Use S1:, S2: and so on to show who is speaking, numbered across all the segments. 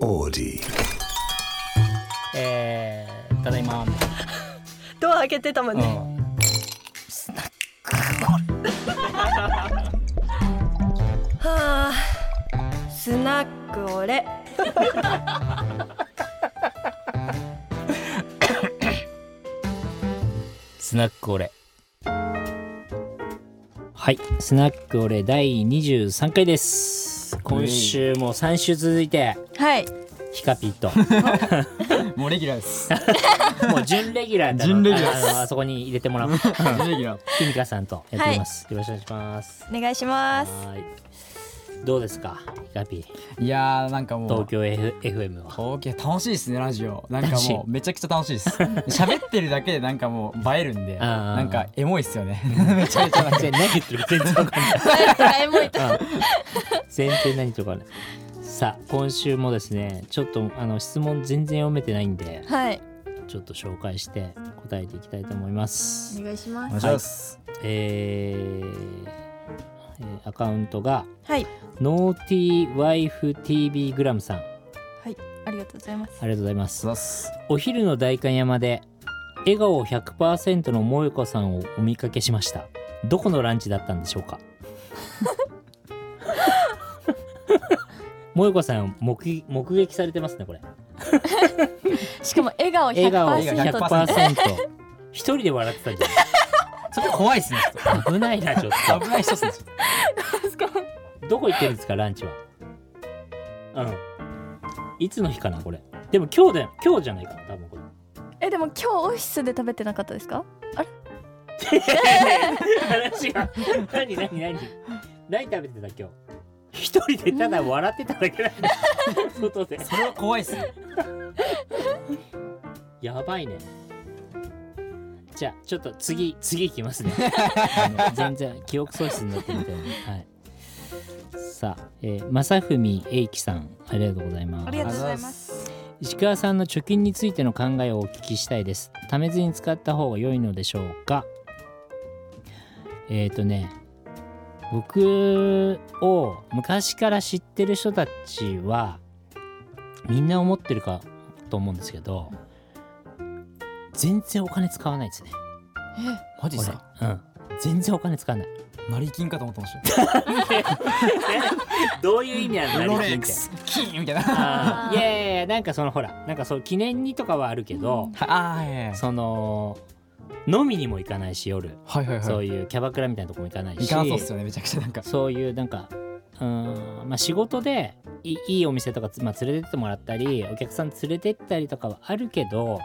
S1: オーディ
S2: えー、ただいま、
S3: ドア開けてたもん
S2: う
S3: ね、
S2: ん、
S3: はあスナックオレ
S2: スナックオレはいスナックオレ第23回です今週も3週続いて
S3: はい
S2: ヒカピ ッと
S4: もうレギュラーです。
S2: もう準レギュラーだ
S4: 準レギュラー
S2: あのあそこに入れても らおう
S4: レギュラー。
S2: キミカさんとやっております、よろしくお願いします
S3: お願いします
S2: はーいどうですかヒカピ
S4: いやーなんかもう
S2: 東京 F FM は
S4: 東京楽しいですねラジオ。なんか
S2: 楽しい
S4: もうめちゃくちゃ楽しいです。喋ってるだけでなんかもう映えるんで、
S2: あー
S4: なんかエモいっすよね。めちゃめちゃなんか
S2: 全然何言ってるか全然わかんない
S3: はいもいた
S2: 全然何とかねさあ今週もですねちょっとあの質問全然読めてないんで
S3: はい
S2: ちょっと紹介して答えていきたいと思います
S3: お願いし
S4: お
S3: ま
S4: 願いします。
S2: えーえーアカウントが
S3: はい
S2: ノーティーワイフ TV グラムさんあ
S3: はいありがとうございます
S2: りがとうございま
S4: お
S2: す
S4: 願いします。
S2: お昼の代官山で笑顔100%の萌子さんをお見かけしましたどこのランチだったんでしょうか萌子さん目目撃されてますねこれ
S3: しかも笑顔
S2: 笑顔
S3: 100%
S2: 100%一人で笑ってたじ
S4: それ怖いっすね。
S2: ゃん危ないなちょっ
S4: 危ない人っすね。
S2: とどこ行ってるんですかランチはうんいつの日かなこれでも今日で今日じゃないかな多分これ
S3: えでも今日オフィスで食べてなかったですか
S2: 話が何何何何食べてた今日一人でただ笑ってただけだから外で
S4: それは怖いっすね。。
S2: やばいねじゃあちょっと次次いきますねあの全然記憶喪失になってみたいなはいさあ、えー、正文英樹さんありがとうございます
S3: ありがとうございます
S2: 石川さんの貯金についての考えをお聞きしたいです貯めずに使った方が良いのでしょうかえっ、ー、とね僕を昔から知ってる人たちはみんな思ってるかと思うんですけど全然お金使わないですね
S4: マジっす
S2: 俺
S4: か。、
S2: うん、全然お金使わない
S4: 成金かと思ってまし
S2: どういう意味な
S4: た。ロレックス金みたいな。
S2: あーいやいやいやなんかそのほらなんかそう記念にとかはあるけど、
S4: あーいやいや
S2: その飲みにも行かないし夜、
S4: はいはい
S2: そ
S4: は
S2: う
S4: い。
S2: いうキャバクラみたいなとこも行かないし
S4: いかんそうっすよねめちゃくちゃなんか。
S2: そういうなんかうーん、まあ、仕事でいいいお店とか、まあ、連れてってもらったりお客さん連れてったりとかはあるけど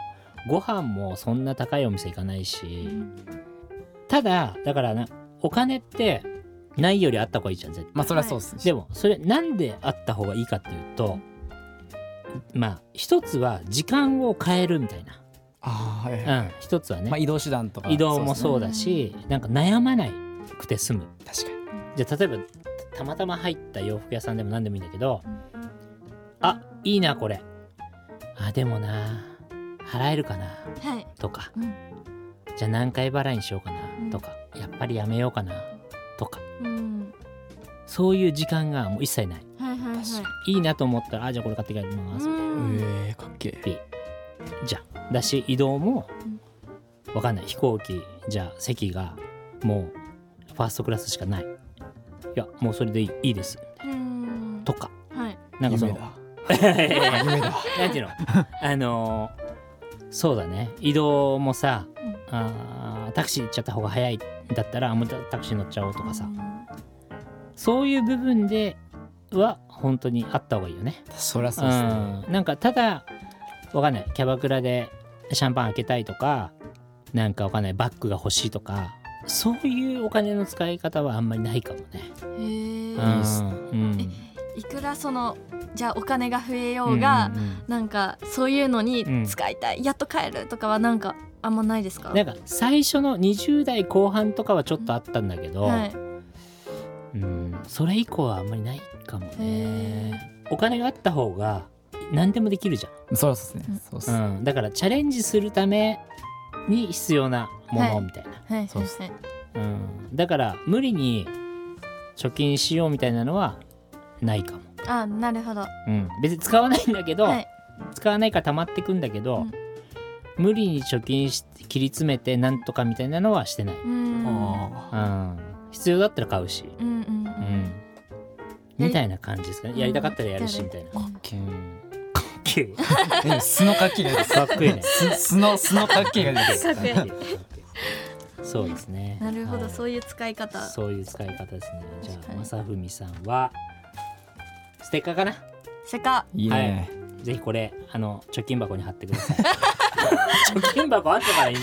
S2: ご飯もそんな高いお店行かないしただだからなお金ってないよりあった方がいいじゃん絶対
S4: まあそれはそうっすね。
S2: でもそれなんであった方がいいかっていうとまあ一つは時間を変えるみたいな、
S4: あーはいはい。
S2: うん、一つはね、
S4: まあ移動手段とか。
S2: 移動も
S4: う
S2: そうだしなんか悩まないくて済む
S4: っすね。確か
S2: じゃあ例えばたたまたま入った洋服屋さんでも何でもいいんだけどあいいなこれあでもな払えるかな
S3: はい
S2: とか、
S3: うん
S2: じゃあ何回払いにしようか
S3: うん
S2: なとか、やっぱりやめようかなとか
S3: うん
S2: そういう時間がもう一切ない
S3: はいはいはい
S2: いいなと思ったらあじゃあこれ買って帰ります、
S3: うん
S4: に。ええかっけ
S2: じゃあだし移動も
S3: うん
S2: わかんない飛行機じゃあ席がもうファーストクラスしかないいやもうそれでいいいいです
S3: うん
S2: とか
S3: はい
S2: なんかその
S4: 夢 だ
S2: なんていうのあのーそうだね移動もさ、あータクシー行っちゃった方が早いんだったらもうタタクシー乗っちゃおうとかさそういう部分では本当にあった方がいいよね
S4: そりゃそうっすね。
S2: うん、なんかただわかんないキャバクラでシャンパン開けたいとかなんかわかんないバッグが欲しいとかそういうお金の使い方はあんまりないかもね。
S3: へえ
S2: うん
S4: いっす
S2: うん
S3: いくらそのじゃあお金が増えようが、
S2: うんうんうん
S3: なんかそういうのに使いたい、やっと帰るとかはなんかあんまないですか
S2: なんか最初の20代後半とかはちょっとあったんだけど、
S3: はい、
S2: うん、それ以降はあんまりないかも
S3: へ
S2: ね。お金があった方が何でもできるじ
S4: そうですね
S3: うん。
S4: そうです
S2: ゃ。ん、うん、だからチャレンジするために必要なも
S3: は
S2: の
S3: い
S2: みたいな。
S3: はい
S4: そうです
S3: はい
S2: うん、だから無理に貯金しようみたいなのはないかも
S3: あなるほど
S2: うん、別に使わないんだけど、
S3: はい
S2: 使わないから溜まってくんだけど、無理に貯金し切り詰めてなんとかみたいなのはしてない、
S3: うんうん
S4: あ
S2: うん、必要だったら買うし、
S3: うんう
S2: うんん、みたいな感じですかねやりたかったらやるし
S3: うん
S2: みたいな。
S4: ーかっけ
S2: う
S4: ー
S2: んかっけえ
S4: え素のかっけ ーが
S2: かっこいいね
S4: 出て素の素のかっけーが出て
S3: かっこいい
S4: る
S2: そうですね。
S3: なるほど、
S2: はい
S3: そういう使い方
S2: そういう使い方ですね。じゃ
S3: 確
S2: あ、
S3: かに
S2: まさふみさんは。ステッカーかな。
S3: せか
S4: いいね
S2: ぜひこれ、あの貯金箱に貼ってください。貯金箱あったから、今。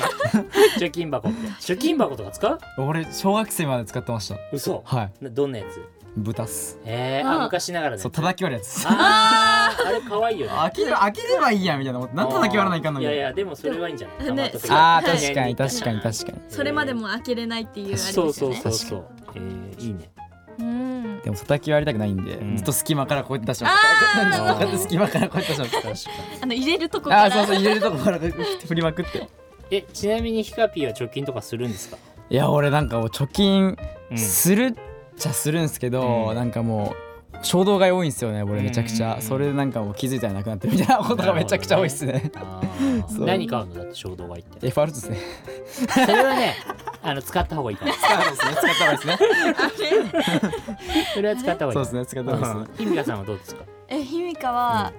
S2: 貯金箱って。貯金箱とか使う。
S4: 俺小学生まで使ってました
S2: 嘘。
S4: はい
S2: などんなやつ。
S4: 豚っす
S2: えー、あ、
S3: あ
S2: 昔ながらのやつ。
S4: そう叩き割るやつ
S2: あーあれ可愛いよね。
S4: 飽きれ飽きればいいやみたいな思ってなんで叩き割らないかんの
S2: い
S4: に
S2: やいや、でも、それはいいんじゃない。
S3: でもね
S2: 黙っとけば
S4: あー
S3: はい
S4: 確かに確かに
S2: はい
S4: 確かに
S3: それまでも飽きれないっていうあれですよ
S2: そ
S3: ね
S2: うそうそうそう。えー、いいね。
S3: うん
S4: でも叩き割りたくないんで、
S2: うん
S4: ずっと隙間からこうやって出しま
S2: あ
S4: す
S2: ー
S4: 隙間からこうやって出します
S2: 確かに。
S3: あの入れるとこ
S4: あ
S3: か
S4: あー
S3: ら
S4: そうそう入れるとこから振りまくって
S2: え、ちなみに、ヒカピーは貯金とかするんですか。
S4: いや俺なんかもう貯金
S2: うん
S4: するっちゃするんですけど、
S2: うん
S4: なんかもう衝動買い多いんですよね俺めちゃくち
S2: う
S4: ゃ
S2: ん
S4: それでなんかもう気づいたらなくなってるみたいなことがめちゃくちゃ多いですね
S2: あー
S4: そう
S2: 何買うのだって衝動買いって。
S4: f r ですね
S2: それはね、あの 使った方がいいから。
S4: 使うんですね使った方がいいですね
S2: それは使った方 が
S4: そう
S2: い
S4: ですね使った方がいいですね
S2: い。ひみかさんはどうですか。
S3: えひみかは、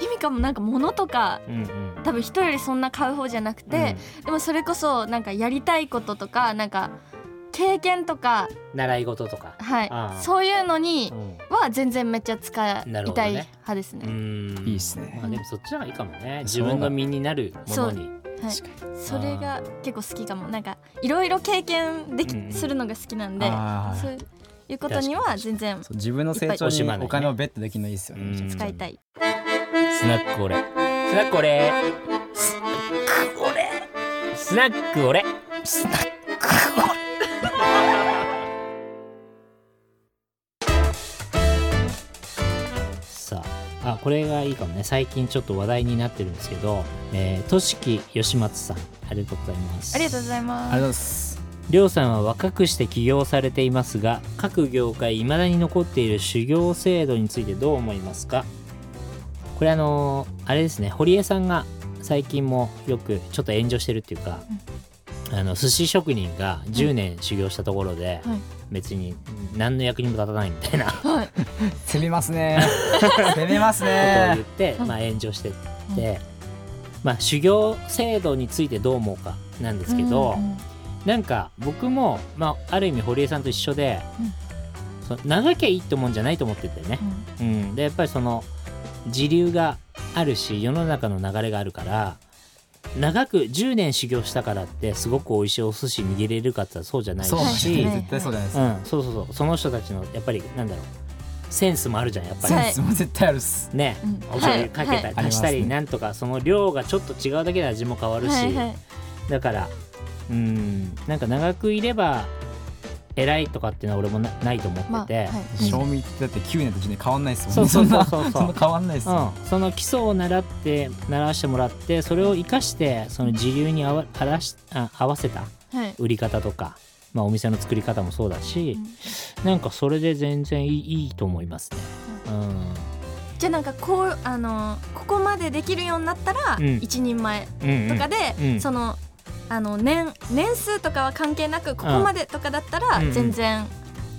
S3: ひみかもなんか物とか
S2: うんうん。
S3: 多分一人よりそんな買う方じゃなくて、でもそれこそなんかやりたいこととかなんか経験とか
S2: うん習い事とか。
S3: はい
S2: あー
S3: そういうのに
S2: うん
S3: は全然めっちゃ使い
S2: なるほど
S3: た
S2: ね
S3: い派ですね
S2: うーん
S4: いいっすね
S2: まあでもそっちの方がいいかもね。自分の身になるものに。
S3: はい
S4: 確
S3: それが結構好きかもなんかいろいろ経験でき、
S2: うんうん
S3: するのが好きなんで
S4: あー
S3: そういうことには全然
S4: そう自分の成長
S2: いっぱい惜しま
S4: に
S2: ないね
S4: お金をベットできるのいいですよね
S2: うん
S3: 使いたい、
S2: スナックオレ。スナックオレ。スナックオレ。スナックオレ。スナックオレ。さあ、あ、これがいいかもね。最近ちょっと話題になってるんですけど、えー、としきよしまつさん、ありがとうございます。
S3: ありがとうござい
S4: ありが
S3: ま
S4: とう
S3: す
S4: ございます
S2: りょうさんは若くして起業されていますが各業界いまだに残っている修行制度についてどう思いますかこれあのーあれですね堀江さんが最近もよくちょっと炎上してるっていうか、あの寿司職人が10年修行したところで、
S3: はい
S2: 別に何の役にも立たないみたいなことを
S3: はい
S4: 攻めます ね攻めます
S2: 言っ
S4: ね
S2: て、
S3: うん
S2: まあ、炎上してって、まあ、修行制度についてどう思うかなんですけど、
S3: うん
S2: なんか僕も、まあ、ある意味堀江さんと一緒で、その長きゃいいってもんじゃないと思っててね、うん、でやっぱりその時流があるし世の中の流れがあるから長く10年修行したからってすごく美味しいお寿司握れるかって言ったらそうじゃないし
S4: そうです
S3: はい
S4: ね
S3: はい
S4: 絶対そうじゃないです
S2: う
S4: か
S2: ん、そうそうそうその人たちのやっぱりなんだろうセンスもあるじゃんやっぱり、
S3: はい
S4: センスも絶対あるっす
S2: ね
S3: うん
S2: お醤油かけた
S3: はい
S2: り
S4: はい
S2: 足した
S4: あり
S2: り
S4: ますね
S2: なんとかその量がちょっと違うだけで味も変わるし、
S3: はいはい
S2: だからうんなんか長くいれば偉いとかっていうのは俺もなないと思ってて、
S3: まあ、はい
S4: 賞味ってだって9年と10年変わんないっす
S2: そ
S4: もん
S2: う
S4: ね
S2: そ
S4: そう
S2: そ
S4: ん
S2: う
S4: な
S2: そうそう
S4: そんな変わんないっすもん
S2: うん、その基礎を習って習わしてもらってそれを生かしてその時流に合わあらしあ合わせた
S3: はい
S2: 売り方とか、まあ、お店の作り方もそうだし、なんかそれで全然いいいいと思いますね。
S3: じゃあなんかこうあのここまでできるようになったら
S2: うん
S3: 一人前
S2: うんうんうん
S3: とかで、
S2: うん
S3: そのあの年年数とかは関係なくここまでとかだったら
S2: うんうん
S3: 全然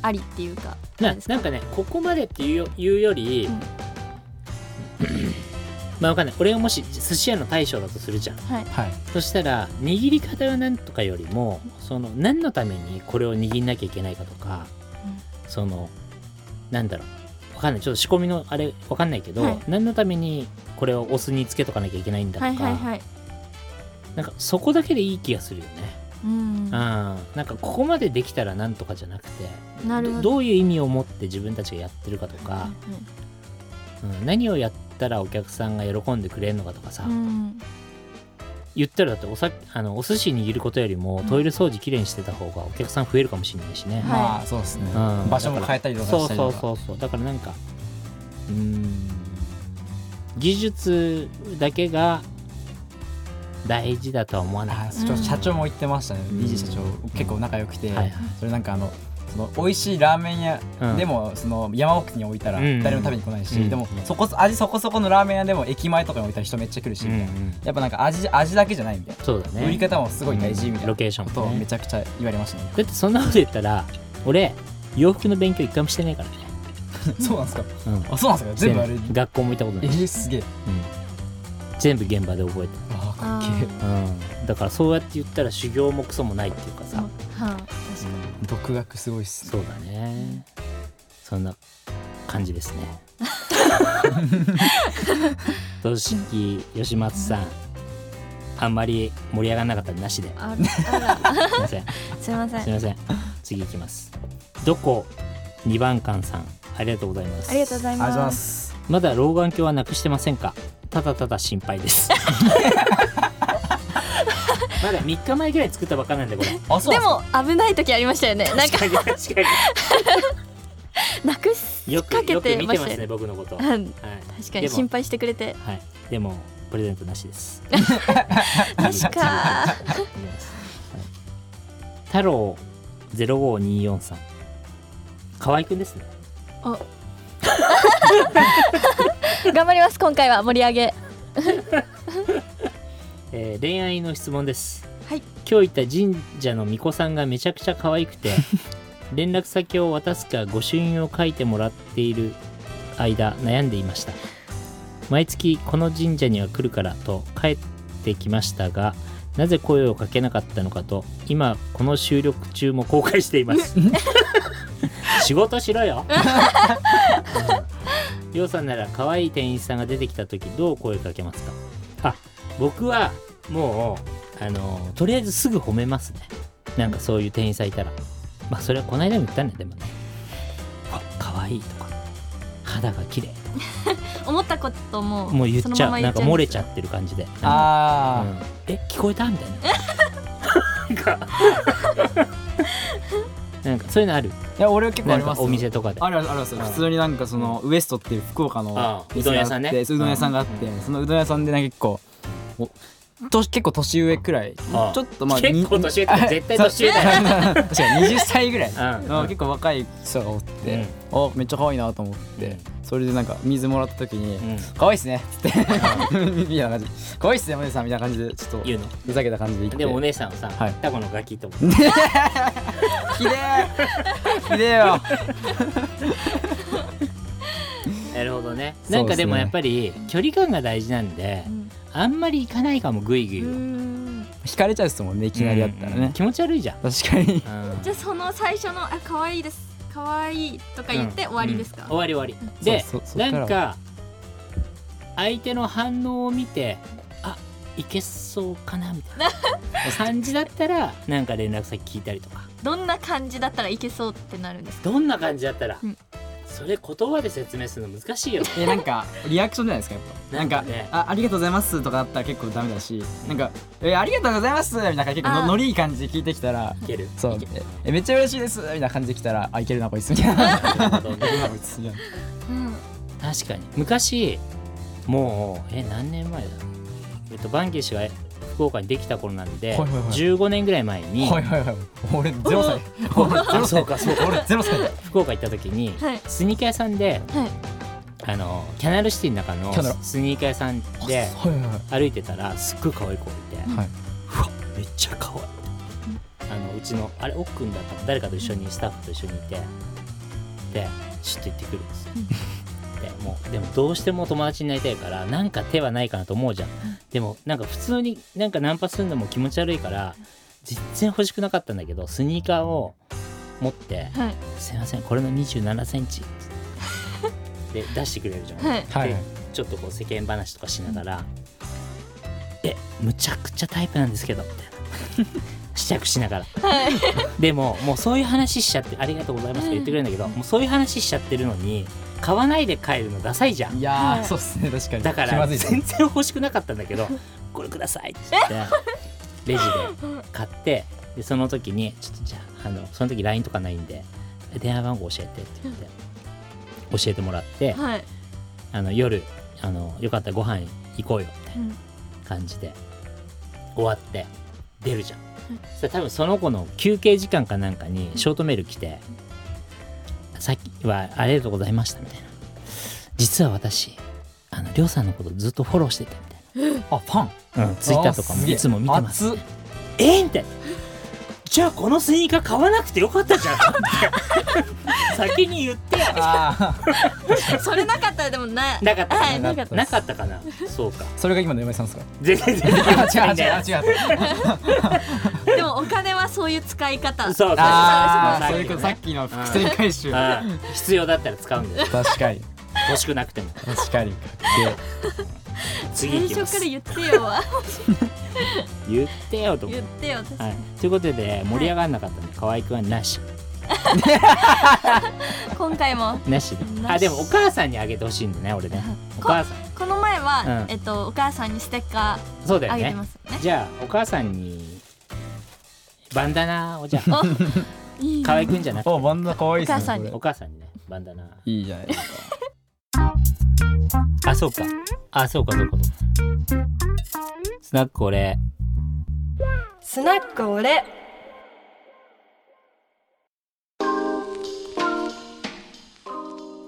S3: ありっていうか、
S2: な
S3: です
S2: なんかねここまでっていうよいうより、
S3: うん
S2: まあわかんない俺がもし寿司屋の大将だとするじゃん
S3: はい
S4: はい
S2: そしたら握り方は何とかよりもその何のためにこれを握んなきゃいけないかとか、そのなんだろうわかんないちょっと仕込みのあれわかんないけど、
S3: はい
S2: 何のためにこれをお酢につけとかなきゃいけないんだとか、
S3: はいはいはい
S2: なんかそこだけでいい気がするよね、
S3: うん
S2: うん、なんかここまでできたらなんとかじゃなくて
S3: なるほ
S2: ど
S3: ど
S2: どういう意味を持って自分たちがやってるかとか、うん何をやったらお客さんが喜んでくれるのかとかさ、
S3: うんうん
S2: 言ったらだっておさあのお寿司握ることよりも
S3: うん
S2: トイレ掃除きれいにしてた方がお客さん増えるかもしれないしね、
S3: はい
S4: まあそうですね
S2: うん
S4: 場所も変えたりとか
S2: そう
S4: したり
S2: そ
S4: と
S2: う
S4: か
S2: そうそうだからなんかうーん技術だけが大事だとは思わない
S4: あ
S2: は
S4: ーちょ
S3: うん
S4: 社長も言ってましたね
S2: ん
S4: EG 社長結構仲良くて
S2: いはい
S4: それなんかあのその美味しいラーメン屋
S2: うん
S4: でもその山奥に置いたら
S2: うん
S4: 誰も食べに来ないし、
S2: うん
S4: でもそこそ味そこそこのラーメン屋でも駅前とかに置いたら人めっちゃ来るし、
S2: うん
S4: み
S2: う、
S4: たいなんやっぱなんか味味だけじゃないみたいな、
S2: そうだね
S4: 売り方もすごい大事みた
S2: ロ
S4: いなこ
S2: ケーション
S4: と
S2: も
S4: を
S2: ね
S4: めちゃくちゃ言われま したね
S2: だってそんなこと言ったら俺洋服の勉強一回もしてないからね、
S4: そうなんですか
S2: うん、
S4: あそうなんですか全部あれ
S2: してない学校も行ったことな
S4: え
S2: いし、
S4: ー、すげえ
S2: うん、全部現場で覚え
S4: あーかっけ
S2: た、うん、だからそうやって言ったら修行もクソもないっていうかさ、
S3: はい、確か
S4: え独学すごいっす
S2: そうだねそんな感じ ですねとしき吉松さんあんまり盛り上がらなかったらなしで
S3: あら あ
S2: すいません
S3: らすい
S2: い
S3: ますせん
S2: ません次いきますどこ2番館さんありがとうございます
S3: ありがとうござい
S4: ありがと
S3: ま
S4: うございますす
S2: まだ老眼鏡はなくしてませんかただただ心配です まだ3日前ぐらい作ったばっかなんでこれ
S4: あそう
S3: で
S4: なんすか
S3: も危ない時ありましたよねなん
S2: 確
S3: か
S2: かに確か
S3: なくし
S2: によ
S3: か
S2: く
S3: け
S2: よく
S3: て
S2: 見
S3: ま
S2: て
S3: し
S2: ま
S3: た
S2: す
S3: よ
S2: ね
S3: ね
S2: 僕のことは
S3: うん
S2: い
S3: 確
S2: で
S3: かに
S2: も
S3: 心配してくれて
S2: はい、でもプレゼントなしです。
S3: 確か
S2: 太郎ゼロ五二四さん。可愛くんですね。
S3: 頑張ります今回は盛り上げ
S2: えー恋愛の質問です。
S3: はい。
S2: 今日行った神社の巫女さんがめちゃくちゃ可愛く て、連絡先を渡すか御朱印を書いてもらっている間悩んでいました。毎月この神社には来るからと帰ってきましたが、なぜ声をかけなかったのかと今この収録中も後悔しています 仕事しろよりょうさんなら可愛い店員さんが出てきた時どう声かけますかあ僕はもうあのとりあえずすぐ褒めますねなんかそういう店員さんいたらまあそれはこの間も言ったねでもねあ可愛いとか肌が綺麗と
S3: 思ったことも
S2: かもう言っ
S3: その
S2: ちゃう
S3: まま言
S2: な
S3: っ
S2: んか漏れ
S3: ち
S2: ちゃってる感じで
S4: あー、
S2: うんえ聞こえたみたいななんかなんかそういうのある
S4: いや俺は結
S2: な
S4: 構あ
S2: ん
S4: りま
S2: か
S4: すよ
S2: お店とかで
S4: あるあるあるある
S2: うん
S4: 普通になんかそのウエストっていう福岡
S2: あ
S4: の
S2: あうどん屋さんね
S4: 店があってそううどん屋さんがあって、
S2: う
S4: そのうどん屋さんでなんか結構おと結構年上くらい
S2: ああ
S4: ちょっとまあ
S2: 結構年上ってか
S4: に
S2: 絶対年上だよ
S4: 確かに20歳ぐらい
S2: うん
S4: の結構若い人がおって、
S2: うん
S4: おめっちゃ可愛いなと思って、
S2: うん
S4: それでなんか水もらった時に「
S2: うん
S4: 可愛いっすね」っつって みたいな感じ「可愛いっすねお姉さん」みたいな感じでちょっと
S2: 言うの
S4: ふざけた感じで言って
S2: でもお姉さんはさ、
S4: はい
S2: タコのガキと思
S4: きれいきれ いよ
S2: なるほどね
S4: そうっすね
S2: なんかでもやっぱり距離感が大事なんで
S3: ゃうん
S2: あんまり行かないかもグイグイ
S3: う
S2: は
S3: ん
S4: 惹かれちゃうっすもんねいきなりやったら
S2: うん
S4: ね、
S2: 気持ち悪いじゃん、
S4: 確かに
S2: うん
S3: じゃあその最初の「あ可愛いです可愛いとか言って終わりですか、
S2: うん終わり終わりで
S4: そうそそっから
S2: なんか相手の反応を見てあいけそうかなみ たいな感じだったらなんか連絡先聞いたりとか
S3: どんな感じだったらいけそうってなるんですか
S2: どんな感じだったら、
S3: うん
S2: それ言葉で説明するの難しいよね
S4: えなんかリアクションじゃないですかやっぱなん
S2: な
S4: か
S2: んかね
S4: あ「ありがとうございます」とかだったら結構ダメだしなんか「えありがとうございます」みたいな感じで結
S3: あー
S4: 構のノリいい感じで聞いてきたら
S2: いける
S4: そう
S2: いける
S4: ええめっちゃ嬉しいです」みたいな感じで来たら「あいけるなこいつ」みたいない
S2: なるほど
S4: ける
S2: ね
S4: なこいつみたいな
S3: うん
S2: 確かに昔もうえ何年前だえっとバンキッシュが福岡にできた頃なんで、
S4: はいはいはい
S2: 15年ぐらい前に、
S4: はいはいはい俺ゼロ歳俺ゼロ
S2: あそ
S4: 歳
S2: うかそうか
S4: 俺ゼロ歳だ
S2: 福岡行った時に、
S3: はい
S2: スニーカー屋さんで
S3: はい
S2: あのキャナルシティの中の
S4: キャナル
S2: スニーカー屋さんで
S4: はいはいは
S2: 歩いてたらすっごい可愛い子がいて、
S4: はい
S2: ふわめっちゃ可愛いあのうちのあれ奥君だったか誰かと一緒にスタッフと一緒にいてでちょっと行ってくるんですよでもうでもどうしても友達になりたいからなんか手はないかなと思うじゃんでもなんか普通になんかナンパするのも気持ち悪いから全然欲しくなかったんだけどスニーカーを持って
S3: はい
S2: 「すいませんこれの2 7センチで出してくれる じゃん、
S3: はい
S4: い
S2: で
S4: はい
S2: ちょっとこう世間話とかしながら「えむちゃくちゃタイプなんですけど」みたいな 試着しながら
S3: はい
S2: でももうそういう話しちゃって「ありがとうございます」って言ってくれるんだけど、もうそういう話しちゃってるのに買わないで帰るのダサいじゃん
S4: いや
S3: は
S4: ー
S3: い
S4: そうっすね確かに
S2: だか
S4: 気
S2: ら
S4: まずい
S2: 全
S4: っす
S2: 然
S4: ね
S2: 欲しくなかったんだけど「これください」って言ってレジで買ってでその時に「ちょっとじゃああのその時 LINE とかないんで電話番号教えて」って言って教えてもらって
S3: はい
S2: あの夜あのよかったらご飯行こうよみたいな感じで終わって出るじゃんそしたら多分その子の休憩時間かなんかにショートメール来て「さっきはありがとうございました」みたいな「実は私あのりょうさんのことずっとフォローしてて」みたいな「あファン、うん、ツイッターとか
S4: あす
S2: も
S4: げえ
S2: いつも見てます」
S4: 熱っ
S2: えーみたいな。じゃあこのスニーカー買わなくてよかった じゃん先に言ってや
S4: あー
S3: それなかったらで もな
S2: なかった
S3: はいなかった
S2: なかったかなそうか
S4: それが今の嫁さんですか
S2: 全然全然
S4: あ違う違う違う
S3: でもお金はそういう使い方
S2: そうそう
S4: ああ
S2: そ
S4: そう
S2: う
S4: いうこと
S2: さ
S4: さ
S2: っ
S4: っ
S2: き
S4: きの伏線回収
S2: のねうん必要だったら使うんだよ
S4: 確かに
S2: 欲しくなくても
S4: 確かに
S2: 次行
S3: 最
S2: きま
S3: 初
S2: す
S3: から言ってよ
S2: 言ってよと思
S3: 言
S2: う
S3: ってよ私
S2: はいということで盛り上がらなかったので河合くんはなし
S3: 今回も
S2: なしで
S3: なし
S2: あでもお母さんにあげてほしいんだね俺ねお母さん
S3: この前は、
S2: うん
S3: えっとお母さんにステッカ
S2: そうだ
S3: ー
S2: よ
S3: あげて
S2: ね
S3: ますよね
S2: じゃあお母さんにバンダナをじゃあ
S3: おいい
S2: 可
S3: ね
S2: 愛くんじゃなくて
S4: おバンダ可愛いっすね
S3: お母さんに
S4: こ
S2: お母さんにねバンダナ
S4: れいいじゃないですか
S2: あそうかあそうかそうかそうかスナック俺
S3: スナック俺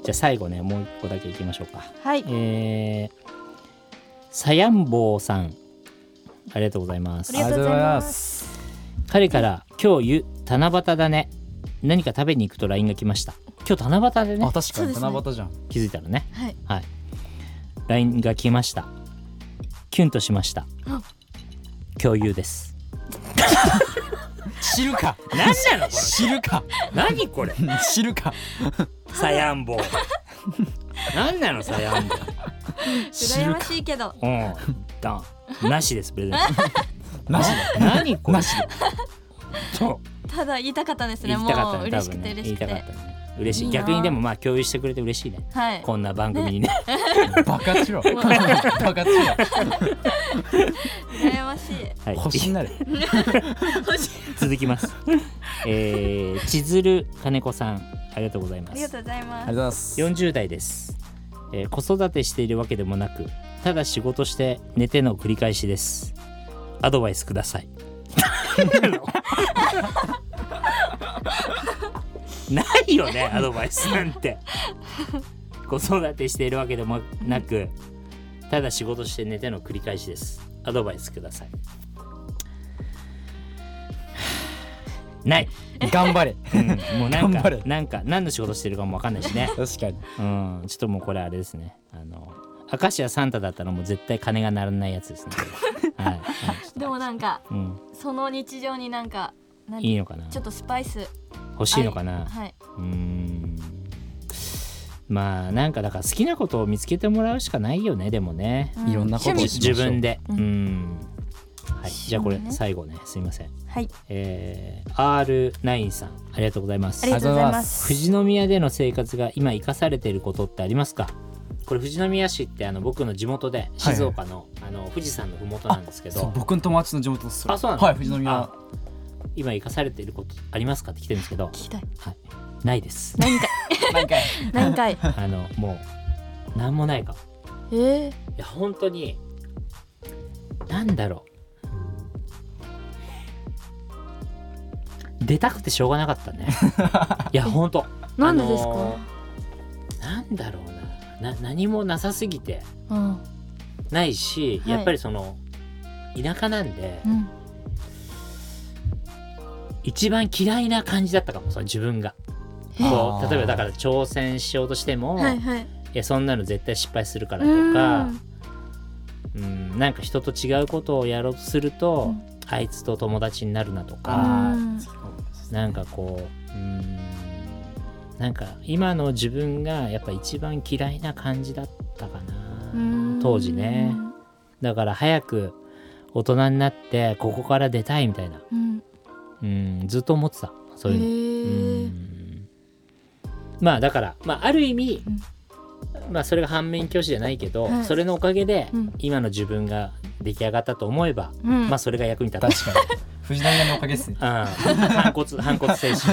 S2: じゃあ最後ねもう一個だけいきましょうか
S3: はい
S2: えー、さやんぼうさんありがとうございます
S3: ありがとうございます
S2: 彼から「今日ゆ七夕だね何か食べに行く」と LINE が来ました今日七夕でね
S4: あ確か
S3: そうで
S4: に
S3: すね
S4: 七夕じゃん
S2: 気づいたらね
S3: はい
S2: はい LINE が来ましたキュンとしました
S3: あ
S2: 共有です
S4: 知るか
S2: 何なのこ
S4: 知るか
S2: れ何これ
S4: 知るか
S2: さやんぼう何なのさやんぼう
S4: 知
S3: 羨
S4: る
S3: ま
S4: か
S3: しいけど
S2: うんだなしですプレゼン
S4: なし
S2: ト何これ
S4: なし
S2: そう
S3: ただ言いたかったですね
S2: 言いたかった
S3: もう
S2: ね多
S3: 嬉しく
S2: 分
S3: て
S2: ね言
S3: 嬉し
S2: い
S3: く
S2: た
S3: て
S2: かったね嬉し
S3: い
S2: い
S3: いな
S2: 逆にでもまあ共有してくれて嬉しいね
S3: はい
S2: こんな番組にね
S4: バカ チロバカチロ
S3: 羨ましい
S2: はい
S4: 星になる
S2: 続きますえー千鶴金子さんありがとうござい
S3: あ
S2: ま
S3: りが
S2: す
S3: とうござい
S4: あ
S3: ます
S4: りがとうございます
S2: 40代です、えー子育てしているわけでもなくただ仕事して寝ての繰り返しですアドバイスくだ さいないよねアドバイスなんて子育てしているわけでもなくただ仕事して寝ての繰り返しですアドバイスくださいない、
S4: 頑張れ
S2: うんもうなん
S4: 頑張
S2: か
S4: れ
S2: なんか何の仕事してるかもわかんないしね
S4: 確かに
S2: うん、ちょっともうこれあれですね。あの、明石家サンタだったらもう絶対金が鳴らないやつです ね。はいはい。
S3: でもなんか
S2: うん、
S3: その日常になんかなん
S2: いいのかな。
S3: ちょっとスパイス
S2: 欲しいのかな。
S3: はい、
S2: うん。まあ、なんかだから好きなことを見つけてもらうしかないよね。でもね。
S3: う
S4: いろんなこと
S3: 趣味
S4: しましょ
S2: 自
S4: う
S2: 分で。う
S3: うん
S2: ん。はい、じゃあこれ
S3: そうね
S2: 最後ね、すいません。
S3: はい
S2: えー、R9 さん、ありがとうございます
S3: あり。がとうございま
S2: 富
S3: す
S2: 士宮での生活が今生かされていることってありますかこれ富士宮市ってあの僕の地元で静岡の,、あの富士山の麓なんですけ
S4: そう
S2: ど
S4: 僕の友達の地元ですれ
S2: あそうなの
S4: はい富士宮
S2: あ今生かされていることありますかって来てるんですけど
S3: 聞きたい
S2: ないです
S3: 何回
S4: なんか
S3: 何 回
S2: あのもう何もないかも
S3: えー、
S2: いや本当になんだろう出たくてしょうがなかったね いや本当
S3: なんでですか、
S2: あのーなんだろうなな何もなさすぎて
S3: うん
S2: ないし、
S3: はい
S2: やっぱりその田舎なんで、
S3: うん
S2: 一番嫌いな感じだったかもその自分がこ
S4: あー
S2: う例えばだから挑戦しようとしても、
S3: はい
S2: い、
S3: はい
S2: やそんなの絶対失敗するからと
S3: うん
S2: かうんなんか人と違うことをやろうとすると、
S3: うん
S2: あいつと友達になるなとか、
S4: あ
S3: うん
S4: ー
S2: なんかこううんなんか今の自分がやっぱ一番嫌いな感じだったかな、
S3: うん
S2: 当時ねだから早く大人になってここから出たいみたいな
S3: うん
S2: うんずっと思ってたそういうの。う
S3: へえ
S2: んまあだから、まあ、ある意味、まあ、それが反面教師じゃないけど、
S3: はい
S2: それのおかげで、
S3: うん
S2: 今の自分が出来上がったと思えば、
S3: うん
S2: まあそれが役に 立った。
S4: 確かに藤波のおかげですね
S2: うん、反骨反骨精神、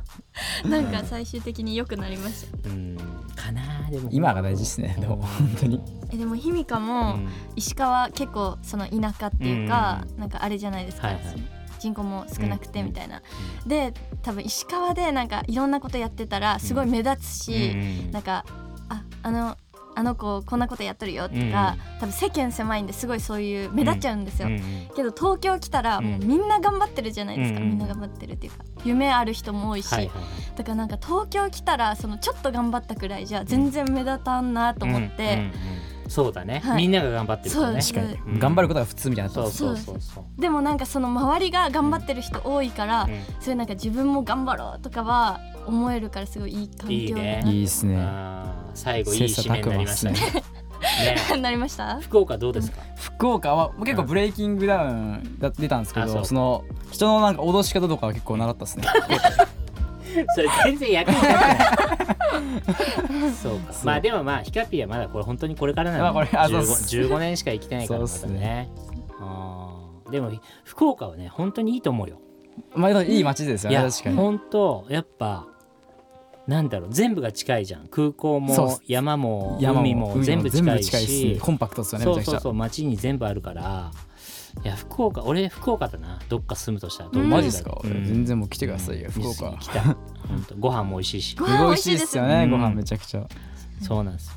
S3: なんか最終的に良くなりました
S2: うん、かなでも
S4: 今が大事ですねでも本当に
S3: えでもひみか
S2: う
S3: も
S2: ん
S3: 石川結構その田舎っていうか、なんかあれじゃないですか、
S2: はいはい
S3: その人口も少なくてみたいな、で多分石川でなんかいろんなことやってたらすごい目立つし、なんかああのあの子こんなことやっとるよとか、多分世間狭いんですごいそういう目立っちゃうんですよ、けど東京来たらもうみんな頑張ってるじゃないですか、
S2: うん
S3: みんな頑張ってるっていうか夢ある人も多いし、
S2: はいはい
S3: だからなんか東京来たらそのちょっと頑張ったくらいじゃ全然目立たんなと思って、
S2: うんうんうんそうだね、
S3: はい
S2: みんなが頑張ってるからね
S3: そう
S4: 確かに、
S2: うん
S4: 頑張ることが普通みたいにな
S2: そ
S4: っ
S2: う
S4: た
S2: そうそうそう
S3: でもなんかその周りが頑張ってる人多いから、
S2: うん
S3: そういうなんか自分も頑張ろうとかは思えるからすごいいい環境だ
S2: いね
S3: な、
S4: いいですね
S2: あー最後いい締めになりましたね
S4: 切磋琢
S2: ね
S3: なりました
S2: 福岡どうですか
S4: 福岡はもう結構ブレイキングダウンが出たんですけ
S2: あ
S4: ど、
S2: そう
S4: その人のなんか脅し方とかは結構習った ですね
S2: それ全然役に立たないそうかまあでもまあヒカピーはまだこれ本当にこれからな
S4: ま
S2: の
S4: あこれあそうっ
S2: 15,
S4: す
S2: 15年しか生きてないからま
S4: そう
S2: だ
S4: っす
S2: ねあーでも福岡はね本当にいいと思うよ
S4: まあでもいい街ですよ
S2: い
S4: ね
S2: や
S4: 確かに
S2: 本当やっぱなんだろう全部が近いじゃん空港
S4: そうっ
S2: も
S4: す
S2: 山も
S4: 山
S2: 海も全部近い
S4: っすね
S2: し
S4: コンパクトですよね
S2: そう
S4: めちゃく
S2: そ
S4: ち
S2: う
S4: ゃ
S2: そう街に全部あるからいや福岡俺福岡だなどっか住むとしたら
S3: うん
S4: マジですか、
S2: うん
S4: 全然もう来てくださいよ、福岡
S2: に来た 本当ご飯も美味しいし
S3: ご
S4: す
S3: 飯
S4: ご
S3: 美
S4: い美
S3: 味
S4: 味
S3: し
S4: し
S3: い
S4: い
S3: で
S4: ですす
S3: よ
S4: よ
S3: ね
S4: ね、
S2: うん
S4: ご飯めちゃくちゃ
S2: そうなんですよ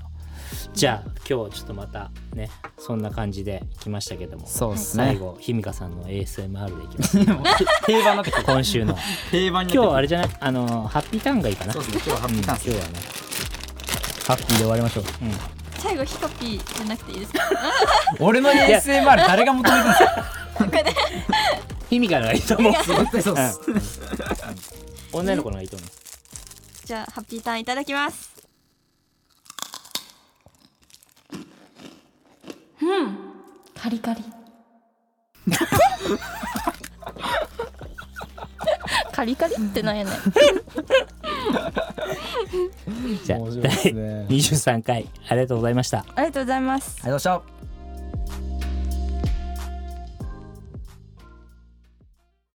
S2: じゃあ今日ちょっとまたねそんな感じで来ましたけども
S4: そうです
S2: 最
S4: ね
S2: 後ひみかさんの ASMR でいきます
S4: 定番になってきた
S2: 今週の
S4: 定番に
S2: 今日
S4: な
S2: は
S4: っ
S2: あれじゃないあのハッピーターンがいいか
S4: て
S2: な
S4: きたそうですね今日はハッ
S2: うん
S4: ピータ
S2: 今
S4: ーン
S2: 日はね
S4: ハッピーで終わりましょう
S2: うん
S3: 最後ヒカピーじゃなくていいですか
S4: 俺の ASMR 誰が求めてるんですか
S2: ひみかがいいと思う
S4: 絶対そうっす
S2: 女の子のがいいと思う
S3: じゃあハッピーターンいただきますうんカリカリ カリカリってなんやねん
S2: じゃあ
S4: 面白いですね
S2: 第23回ありがとうございました
S3: ありがとうございます
S4: ありがとうございました